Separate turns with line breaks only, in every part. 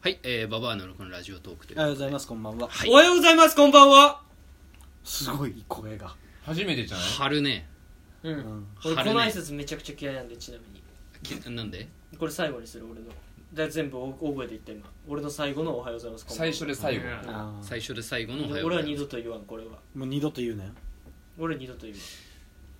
はい、えー、ババアのこのラジオトークとい
お
う
はようございますこんばんは、
はい
おはようございますこんばんはすごい声が
初めてじゃない
春ね
うん、
ん
俺こ
春ね
の挨拶めちゃくちゃ嫌いなんでちなみに
きなんで
これ最後にする俺のだ全部大大声で言った今俺の最後の「おはようございますこんばん
最
は」
初で最後
うん
あー
最初で最後のおはようご
俺
ざ
はい二
ます
度と言わんこれは
もう二度と言うなよ
俺二度と言わん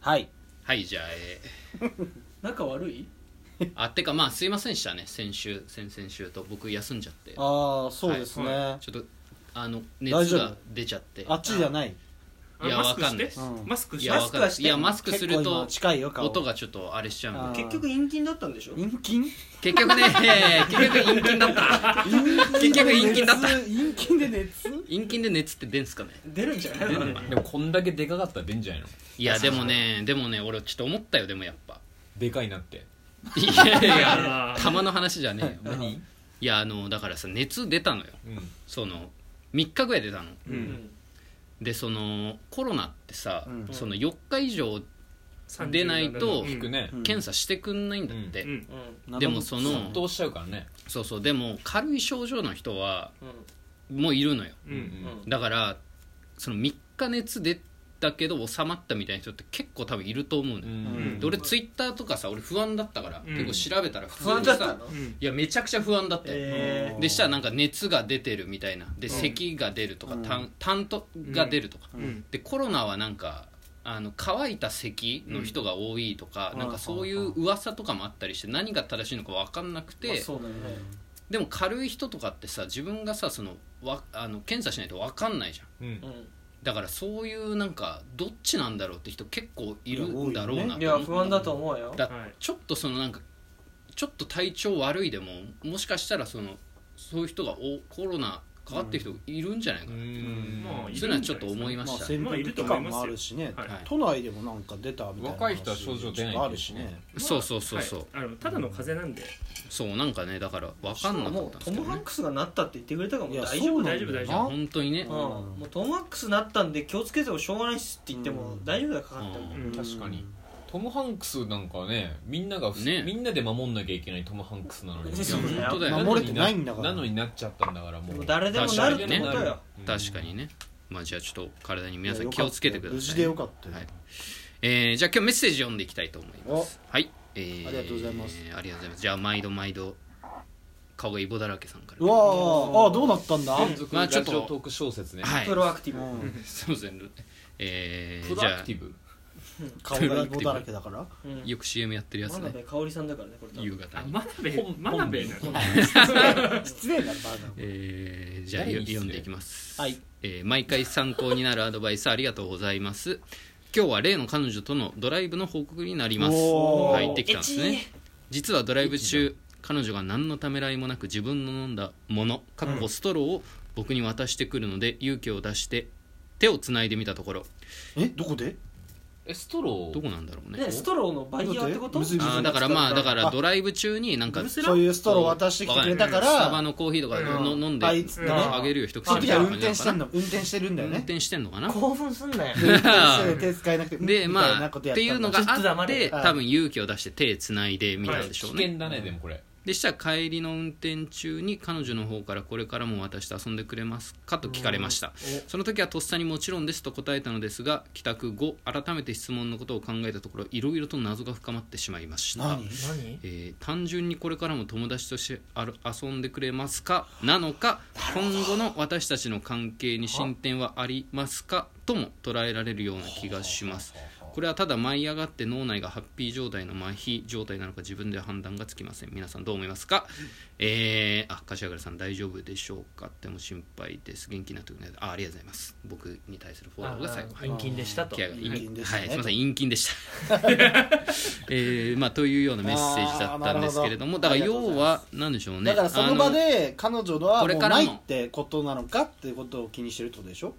はい
はいじゃあ、え
仲悪い
ー、あてかまあすいませんでしたね先週先々週と僕休んじゃって
ああそうですね、
はいちょっとあの
大
熱
丈夫
が出ちゃって
あっちじゃない
いや
あマスク
わかんない
して
うん
マスク
い
し
や
て
マ
わ
ス
かんな
クはいして
いやマスクする
結構今
と
近いよ顔
音がちょっとあれしちゃうんで
あー
結局陰菌だったんでしょ
陰菌
結局ね結局陰菌だった 結局陰菌だった
陰菌で熱
陰菌で熱って出んすかね
出るんじゃない
出るの
の
かな
でもこんだけでかかったら出んじゃないの
いやでもねでもね俺ちょっと思ったよでもやっ ぱ
でかいなって
いやいや
あー
玉の話じゃねえよ
何
いやあのだからさ熱出たのよ
うん
その3日ぐらい出たの
う
うんん
でそのコロナってさ、
うん
その4日以上
37
出ないと
うん
聞くね
うん
検査してくんないんだって、
うん
うん
でもその
殺到しちゃうからね
そうそうでも軽い症状の人は
うん
もういるのよ
うん
うんうん
だからその3日熱出たけど収まったみたいな人って結構多分いると思うのよ、
うん
で俺ツイッターとかさ俺不安だったから、
うん
結構調べたら普通
不安
に
だった
さ
の
うん
いやめちゃくちゃ不安だったよ、
え
でしたらなんか熱が出てるみたいなで咳が出るとか、
うん
たん、痰とが出るとか、
うん
でコロナはなんかあの乾いた咳の人が多いとか、
うん
なんかそういう噂とかもあったりして何が正しいのか分かんなく
ーまあ
て、
そうだよね
でも軽い人とかってさ自分がさそのわあの検査しないと分かんないじゃん
うん
う
だからそういうなんかどっちなんだろうって人結構いるんだろうなと思っ
ん
て
いや不安だと思うよ
だ
はい
ちょっとそのなんかちょっと体調悪いでももしかしたらそのそういう人がおコロナかかってる人いるんじゃないかな、
うん
まあ
そういうのはちょっと思いま
まあ
した、
潜伏期間もあるしね、
はい
はい
都内でもなんか出たみたいな話
若い人は症状出ない
あるしね
そうそうそうそう、
はいあのただの風邪なんで
そうなんかねだから分かんなか
も
っ
う
たんです
ト
けど、
ム・ハッ
ね、
クスがなったって言ってくれたからもう大
そ
丈
う
夫
な
だ
ん
よ
大丈夫大
いや
丈夫
本当にね
うん、
夫
もうトム・ハックスなったんで気をつけてもしょうがないっすって言っても
うん
大丈夫だよかかっても、
うん
確かにトム・ハンクスなんかはねみんながふ
ね
みんなで守んなきゃいけないトム・ハンクスなのに
いや
本当だよ
守れてないんだから
なのになっちゃったんだからも
も
う
う誰でもなるってこと
誰でもなる
よ、
うん
確かにねまあじゃあちょっと体に
いや
皆さん気をつけてください、ね、
無事でよかったよ、
はいえーじゃあ今日メッセージ読んでいきたいと思いますはい、えー
ありがとうございます
ありがとうございますじゃあ毎度毎度顔がイボだらけさんから
うわーあーどうなったんだ
連続
ま
ラ
あち
ジ
ょ
オ
っと
トーク小説ね
はい
プロアクティ
う
ブ、
ん、
そうですねえー
プ
じ
ロ
ゃあ
アクティブ
顔がイボだらけだから
うん
よく CM やってるやつ
真
ね
鍋かおりさんだからねこれ多分
夕方
あ
に、
真鍋真鍋なの
失礼だバカ
えーじゃあ
誰に
よ
失礼
読んでいきます、
はい
えー毎回参考になるアドバイスありがとうございます今日は例の彼女とのドライブの報告になります
おー
入ってきたんです
エッ
ね
チ
実はドライブ中彼女が何のためらいもなく自分の飲んだものかっこストローを僕に渡してくるので勇気を出して手をつないでみたところ
えどこで
えストロ
ど
ー
こなんだろうね
ねストローのバイヤーってこと
むずいむずい
あーだからまあだからドライブ中になんか
ブル
ス
セラ
そういうストロー渡してきてくれたか
タ
ら、
バのコーヒーとかの
うん
飲んで
あいつってね
あげるよ一口
その時は運転して
か
んの運転してるんだよ
運
ね
転してんのかな
興奮すんなよ
運転して手使えなくてうん
で
みたい
まあ
な
っ
ことや
てい
た
うんの
だ
が
ちょっと
あっ
黙れ
て
よ
多分勇気を出して手つないでみたんでし
危
ょうね
険だねでもこれ
でしたら帰りの運転中に彼女の方からこれからも私と遊んでくれますかと聞かれましたその時はとっさにもちろんですと答えたのですが帰宅後改めて質問のことを考えたところいろいろと謎が深まってしまいました
何
何
えー単純にこれからも友達としてある遊んでくれますかなのか今後の私たちの関係に進展はありますかとも捉えられるような気がしますこれはただ舞い上がって脳内がハッピー状態の麻痺状態なのか自分では判断がつきません皆さんどう思いますかえー、あ柏倉さん大丈夫でしょうかとても心配です元気になってくれないあありがとうございます僕に対するフォローが最後
あー陰菌でしたと
気合が陰
陰菌でしたね
はい、すみません陰菌でしたえーまあ、というようなメッセージだったんですけれども
あー
だから
なるほど
要は何でしょうね
だからその場で彼女は
これ
もう
から
な
も
いってことなのかってことを気にしてるってことでしょ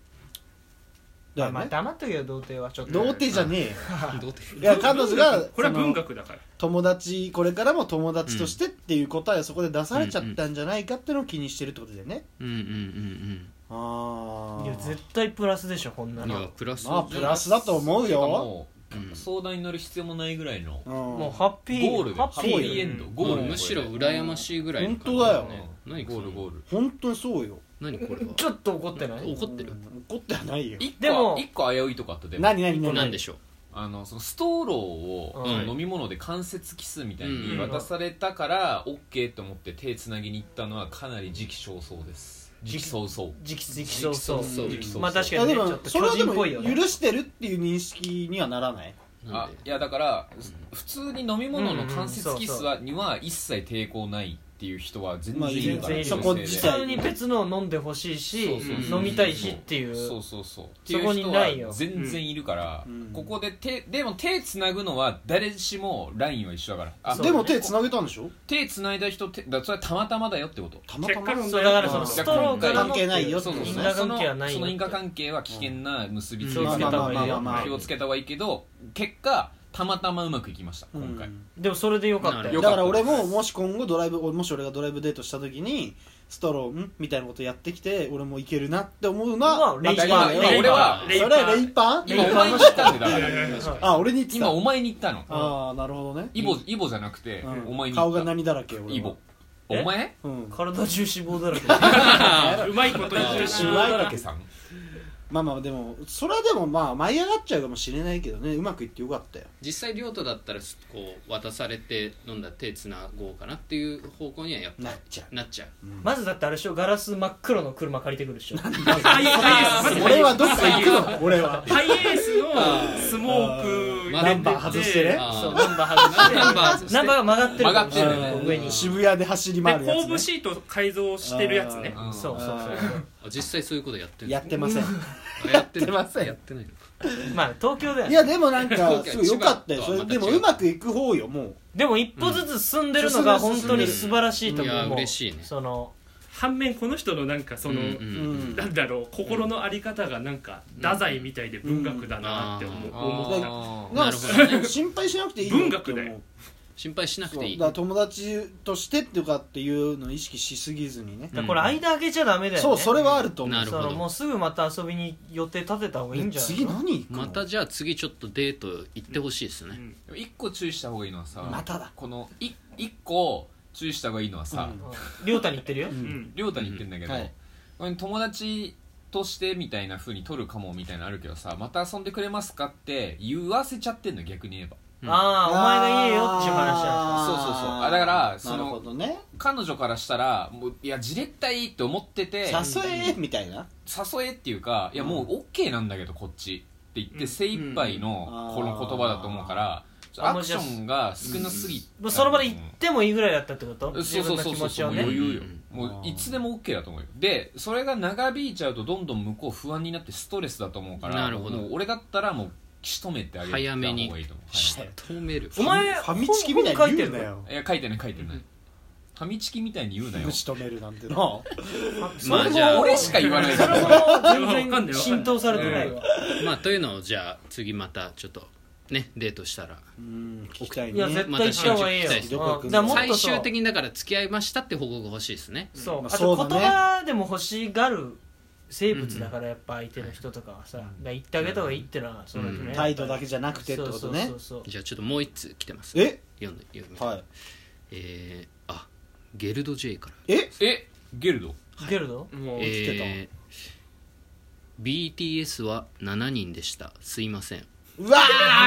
だよね
黙っとけよ童貞はちょっ
童貞じゃねえよ
あのどうて
いや彼女が
これは
その
文学だから
友達これからも友達としてっていう答えをそこで出されちゃったんじゃないかってのを気にしてるってことだよね
うんうんうん
ああ
いや絶対プラスでしょこんな
うんいや
の
プラス
まあプラスだと思うよ
しかも
うん
相談に乗る必要もないぐらいの
も
もうハッピー
ゴールで
ハ
ハッ
ッピ
ピ
ー
ーエンドゴール
もうむしろ羨ましいぐらいの感
本
じ
当だ
だ
よ
よね何
ゴールゴー
ル
ル
本当にそうよ
何これは
ちょっと怒ってない
怒ってる
うん怒ってはないよ
一個
でも
一個危ういとこあったでも
何何何
何でしょう
あのそのストローを、
うん
飲み物で間接キスみたい
う
に
ん
渡されたから、オッケーと思って手つなぎに行ったのはかなり時期尚早です時期尚早
直筆そうそ
直そう
う
直そう
まあ確
い
か
や
に
で
ねちょ
も
っと
それ
巨
はで
人っ
も
ぽいよね
許してるっていう認識にはならない
な
あ
んで
いやだから、普通に飲み物の間接キスは、には一切抵抗ないっていう人は全
まあ
然いるから、
全然いる
そこ
女
自
性
普
で
体
通に別のを飲んでほしいし
そうそう
そう
飲みたい日っていう
そうそうそう
そこにないよ
ってう人は全然いるから、
うん
ここで手でも手つなぐのは誰しもラインは一緒だからあ
そう
でも手繋げたんでしょ
手つないだ人手だそれはたまたまだよってこと
たまたま
結果論
そうだからそ
あ
の
ー
ストローからの
関係ないよって
そう
こ
そ
と
う
因
そ
ね
う
果関係はないよ
その因果関係は危険な結びつき
うん
だ
気をつけた
か
方がいいよ
ら
まあまあまあまあ
気をつけた方がいいけど結果たまたまうまくいきました
うん
今回
でもそれでよかった
なる
だ
ほ
よ
から俺ももし今後ドライブ俺もし俺がドライブデートした時にストローんみたいなことやってきて俺もいけるなって思うのは
まあレイ
間
パー
違いない
今俺は
それはレイパー
今お前に言ったんだ
い
か
やい
ら
やいや
あ俺に言ってた
今お前に言ったの
ああなるほどね
イボイボじゃなくて
うん
お前に言
顔
った
が何だらけ俺は
イボ
え
お前
うん
体中脂肪だらけだ
うまいこと言ってるし
うまいだらけ
さん
まあまあでもそれはでもまあ舞い上がっちゃうかもしれないけどねうまくいってよかったよ
実際両都だったらこう渡されて飲んだら手つなごうかなっていう方向にはやっぱ
なっちゃ
なっちゃう
まずだってあれでしょガラス真っ黒の車借りてくるでしょ
ハイエー
う
ス
俺はどっか行くの俺は
ハイエースのスモープ
あー
ナンバー外してね
あー
そうナンバー外して
ナンバー外して
ナンバーが曲がってる
曲がってるよね
こう上にそう
渋谷で走り
で
回るや
後部
つ、ね、
シート改造してるやつね
あ
そうそう
あ実際そういうことやってる
やってません
あやって
やってません
やってないの
まあ東京だよ
い
ね
やでもなんかすごいよかったよそれでもうまくいく方よもう
でも一歩ずつ進んでるのが本当に素晴らしいと思う
いや
もう
嬉しいね
その
反面この人のなんかその、
うんうん
なんだろう心のあり方がなんか太宰みたいで文学だなって思う、
うん
思った
あー
な
な
る
る
ほ
ほ
どね
心配しなくていいよ
文学だよ
心配しなく
そう
ていい
だから友達としてっていうかっていうのを意識しすぎずにね
だからこれ間開けちゃダメだよね
そうそれはあると思
な
う
るほ
そ
ど
のもうすぐまた遊びに予定立てた方がいいんじゃない
次何行くの
またじゃあ次ちょっとデート行ってほしいですね
うん
でも一個注意した方がいいのはさ
まただ
このい一個注意した方がいいのはさ
うん
うん亮太に言ってるよ
う
うんん
亮太に言ってんだけど、
うんはい
これ友達としてみたいな風に撮るかもみたいなのあるけどさまた遊んでくれますかって言わせちゃってんの逆に言えば
うん
ああお前が言えよっていう話だ
あー
そうそうそうあだからその
なるほどね
彼女からしたらもういやじれったいって思ってて
誘えみたいな
誘えっていうかいやもう OK なんだけどこっちって言って精一杯のこの言葉だと思うから、ちょっとアクションが少なすぎた
もうその場で行ってもいいぐらいだったってこと
そ
自
うそ
分
う
の
そう
気持
そう
ち
そう
を
もう余
ね
裕よ
うん
もういつでも OK だと思うよでそれが長引いちゃうとどんどん向こう不安になってストレスだと思うから
なるほど
もう俺だったらもう仕留めてあげた
早めに
方がいいと思う
しとめる
お前
ファミチキみたいに言うなよ
はいいや書いてない書いてないファミチキみたいに言うなよ
ぶち止めるなんての
まあじゃあ
俺しか言わない
そ
か
れ
ら
はもう
わか
全
んない
然浸透されてないわ
まあというのをじゃあ次またちょっとねデートしたら
うん聞きたい
いや
ね
絶対行った方がいいよ
また新宿行きたいです
ね
うんだからもっと
最
そう
終的にだから付き合いましたって報告が欲しいですね
そう、
まあ
あ、と
そうだ
言
ね
葉でも欲しがる生物だからやっぱ相手の人とかはさ、だから言ってあげた方がいいってのはそうだよね、
うん
態度だけじゃなくてってことね
そうそうそう
じゃあちょっともう一通来てます
え
読んで読みます
はい
えーあゲルド J から
え
えゲルド
そうゲルド
もう、
え
来てた
ー BTS は7人でしたすいません
うわ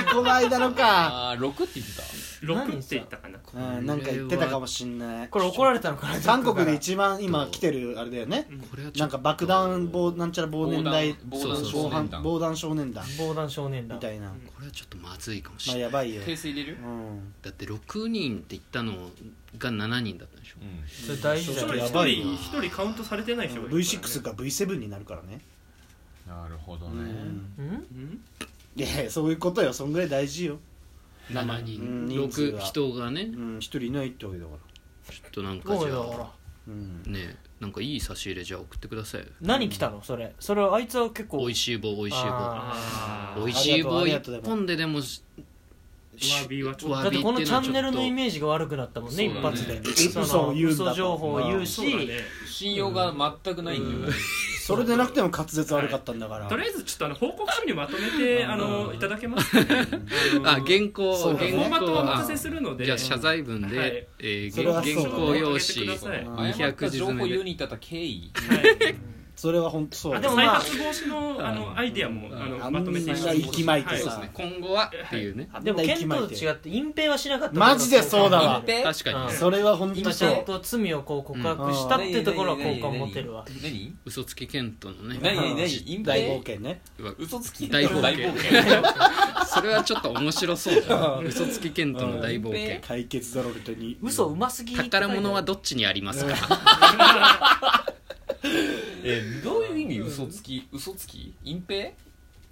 ーこの間のか
ああ6って言ってた
6って言ったかな
うんなんか言ってたかもしんない
これ怒られたのかな
韓国で一番今来てるあれだよね
これはちょ
なん
っと
か爆弾防なんちゃら忘年代
防弾
防
防
弾
犯防弾少年団
防弾少年
み
団
たいな
これはちょっとまずいかもし
まあ
れない
やばいよ
訂正入れる
うん
だって6人って言ったのが7人だったんでしょ
うん
それ大事だ
そ
よ
れ
や
一
ばい
人一人カウントされてない人がいるからね
V6 か V7 になるからね
なるほど
う
ね
ん
うん
うん
いやいやそういうことよそんぐらい大事よ
7
うん
人
人数
6
が
人がね
うん一人いないってわけだから
ちょっとなんか
ゴ
じ
ー
ゃ
だから
あ
うん
ねなんかいい差し入れじゃあ送ってくださいよ
何来たのそれそれあいつは結構
おいしい棒おいしい棒
あ
お
ー
いしい
あ
棒
りがとうありがとう
一本ででもし
わびはちょっと
わ
だって
び
この
て
チ
うは
ャ
ちょ
ン
っ
ネルの
と
イメージが悪くなったもんね
そう
一
だね
発で
嘘を言うんだと
嘘情報を言う
そうだ
し
ね
信用が全くないんだよね
それでなくても滑舌悪かったんだから、
とりあえずちょっとあの報告書にまとめて
うん
あのいただけますか、
あ原稿
そう
フ
だね
ォーマ
原
ッ
稿
トをお
は
任せするので
じゃあ謝罪文で、
はい
えー
それは
原
そう
原稿用紙
謝罪
うん
誤った
200字詰
情報
め
言う
で
に至った経緯
それは本当そう
あ
だ
でも
ま
再
あ
発防止のあのアイデアもあ
あ
の
ん
まとめて
な息巻いて
そう
さ
ですね今後はっていうね、
でも
あんな
ケ
息
ン
巻
ト
い
と
て
違って隠蔽はしなかった
マジでそうだわ
隠蔽
え
確かにね
うん
それは本当
今ち
そ
ゃ
うん
と罪をこう告白したってところは好感持てるわ
何
嘘つき健人のね
何何
うん
何隠
大冒
蔽
険ね
嘘つき
大冒険それはちょっと面白そうだな嘘つき健人の大冒険
解決だろうとに
嘘うますぎ
宝物はどっちにありますか
えどういう意味嘘つき嘘つき隠蔽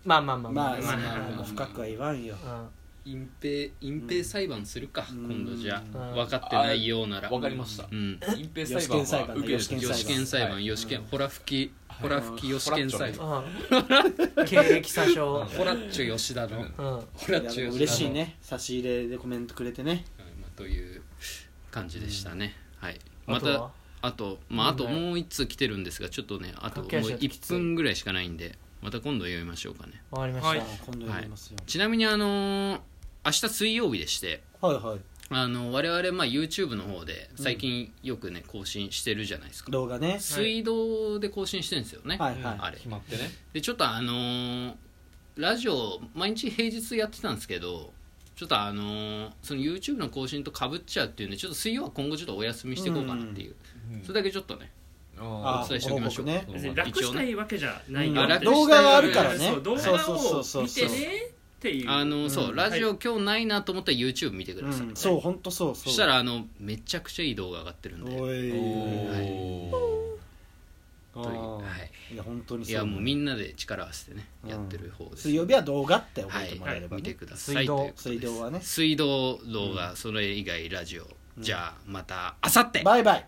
まあまあまあ
まあ、
まあ
まあ深くは言わんよ
あ
隠蔽隠蔽裁判するか、
うん
今度じゃあ、
うん
分かってないようなら
わかりました
うん
隠蔽裁判は受ける
吉見
吉
検裁判
健裁判
はい
吉健ほら吹きほら吹き吉健裁判
あうん経歴詐称
ほらっちょ吉田の
うん
ほらっ
い
ち
や
ょ
嬉
吉
しい
田の
ね差し入れでコメントくれてね
はいまあという感じでしたね、はいま
あと
た
は
あとまああともう一通来てるんですがちょっとねあともう
駆け足だとき
1
つい
分ぐらいしかないんでまた今度読みましょうかね
わかりま
は
し
い
ああ今度やりますよ
ちなみにあのー明日水曜日でして
はいはい
あの我々まあ YouTube の方で最近よくね更新してるじゃないですか、
動画ね
水道で更新してるんですよね、
はいはい
あれ
決まってね
でちょっとあのーラジオ毎日平日やってたんですけどちょっとあのーその YouTube の更新とかぶっちゃうっていうんでちょっと水曜は今後ちょっとお休みしていこうかなっていう、それだけちょっとね
あ
お伝えしておきましょう
報告ね
別に楽したいわけじゃない
うん
よ
あ楽
動画はあるからね
そう動画
そうそうそうそ
を
う
見てねっていう
あのーそう、
うん
ラジオ今日ないなと思ったら YouTube 見てく
う
ださい、
んそう本当そうそう
そしたらあのめちゃくちゃいい動画上がってるんで
おいあ
という
ー
はい
いや本当に
い
そう
やもうみんなで力を合わせてね、
うん
やってる方です
水曜日は動画って覚
は
えて
い
もらえれば
見て
ね
ください
水道
ということで
水道はね
水道動画、それ以外ラジオ、じゃあまたあさって
バイバイ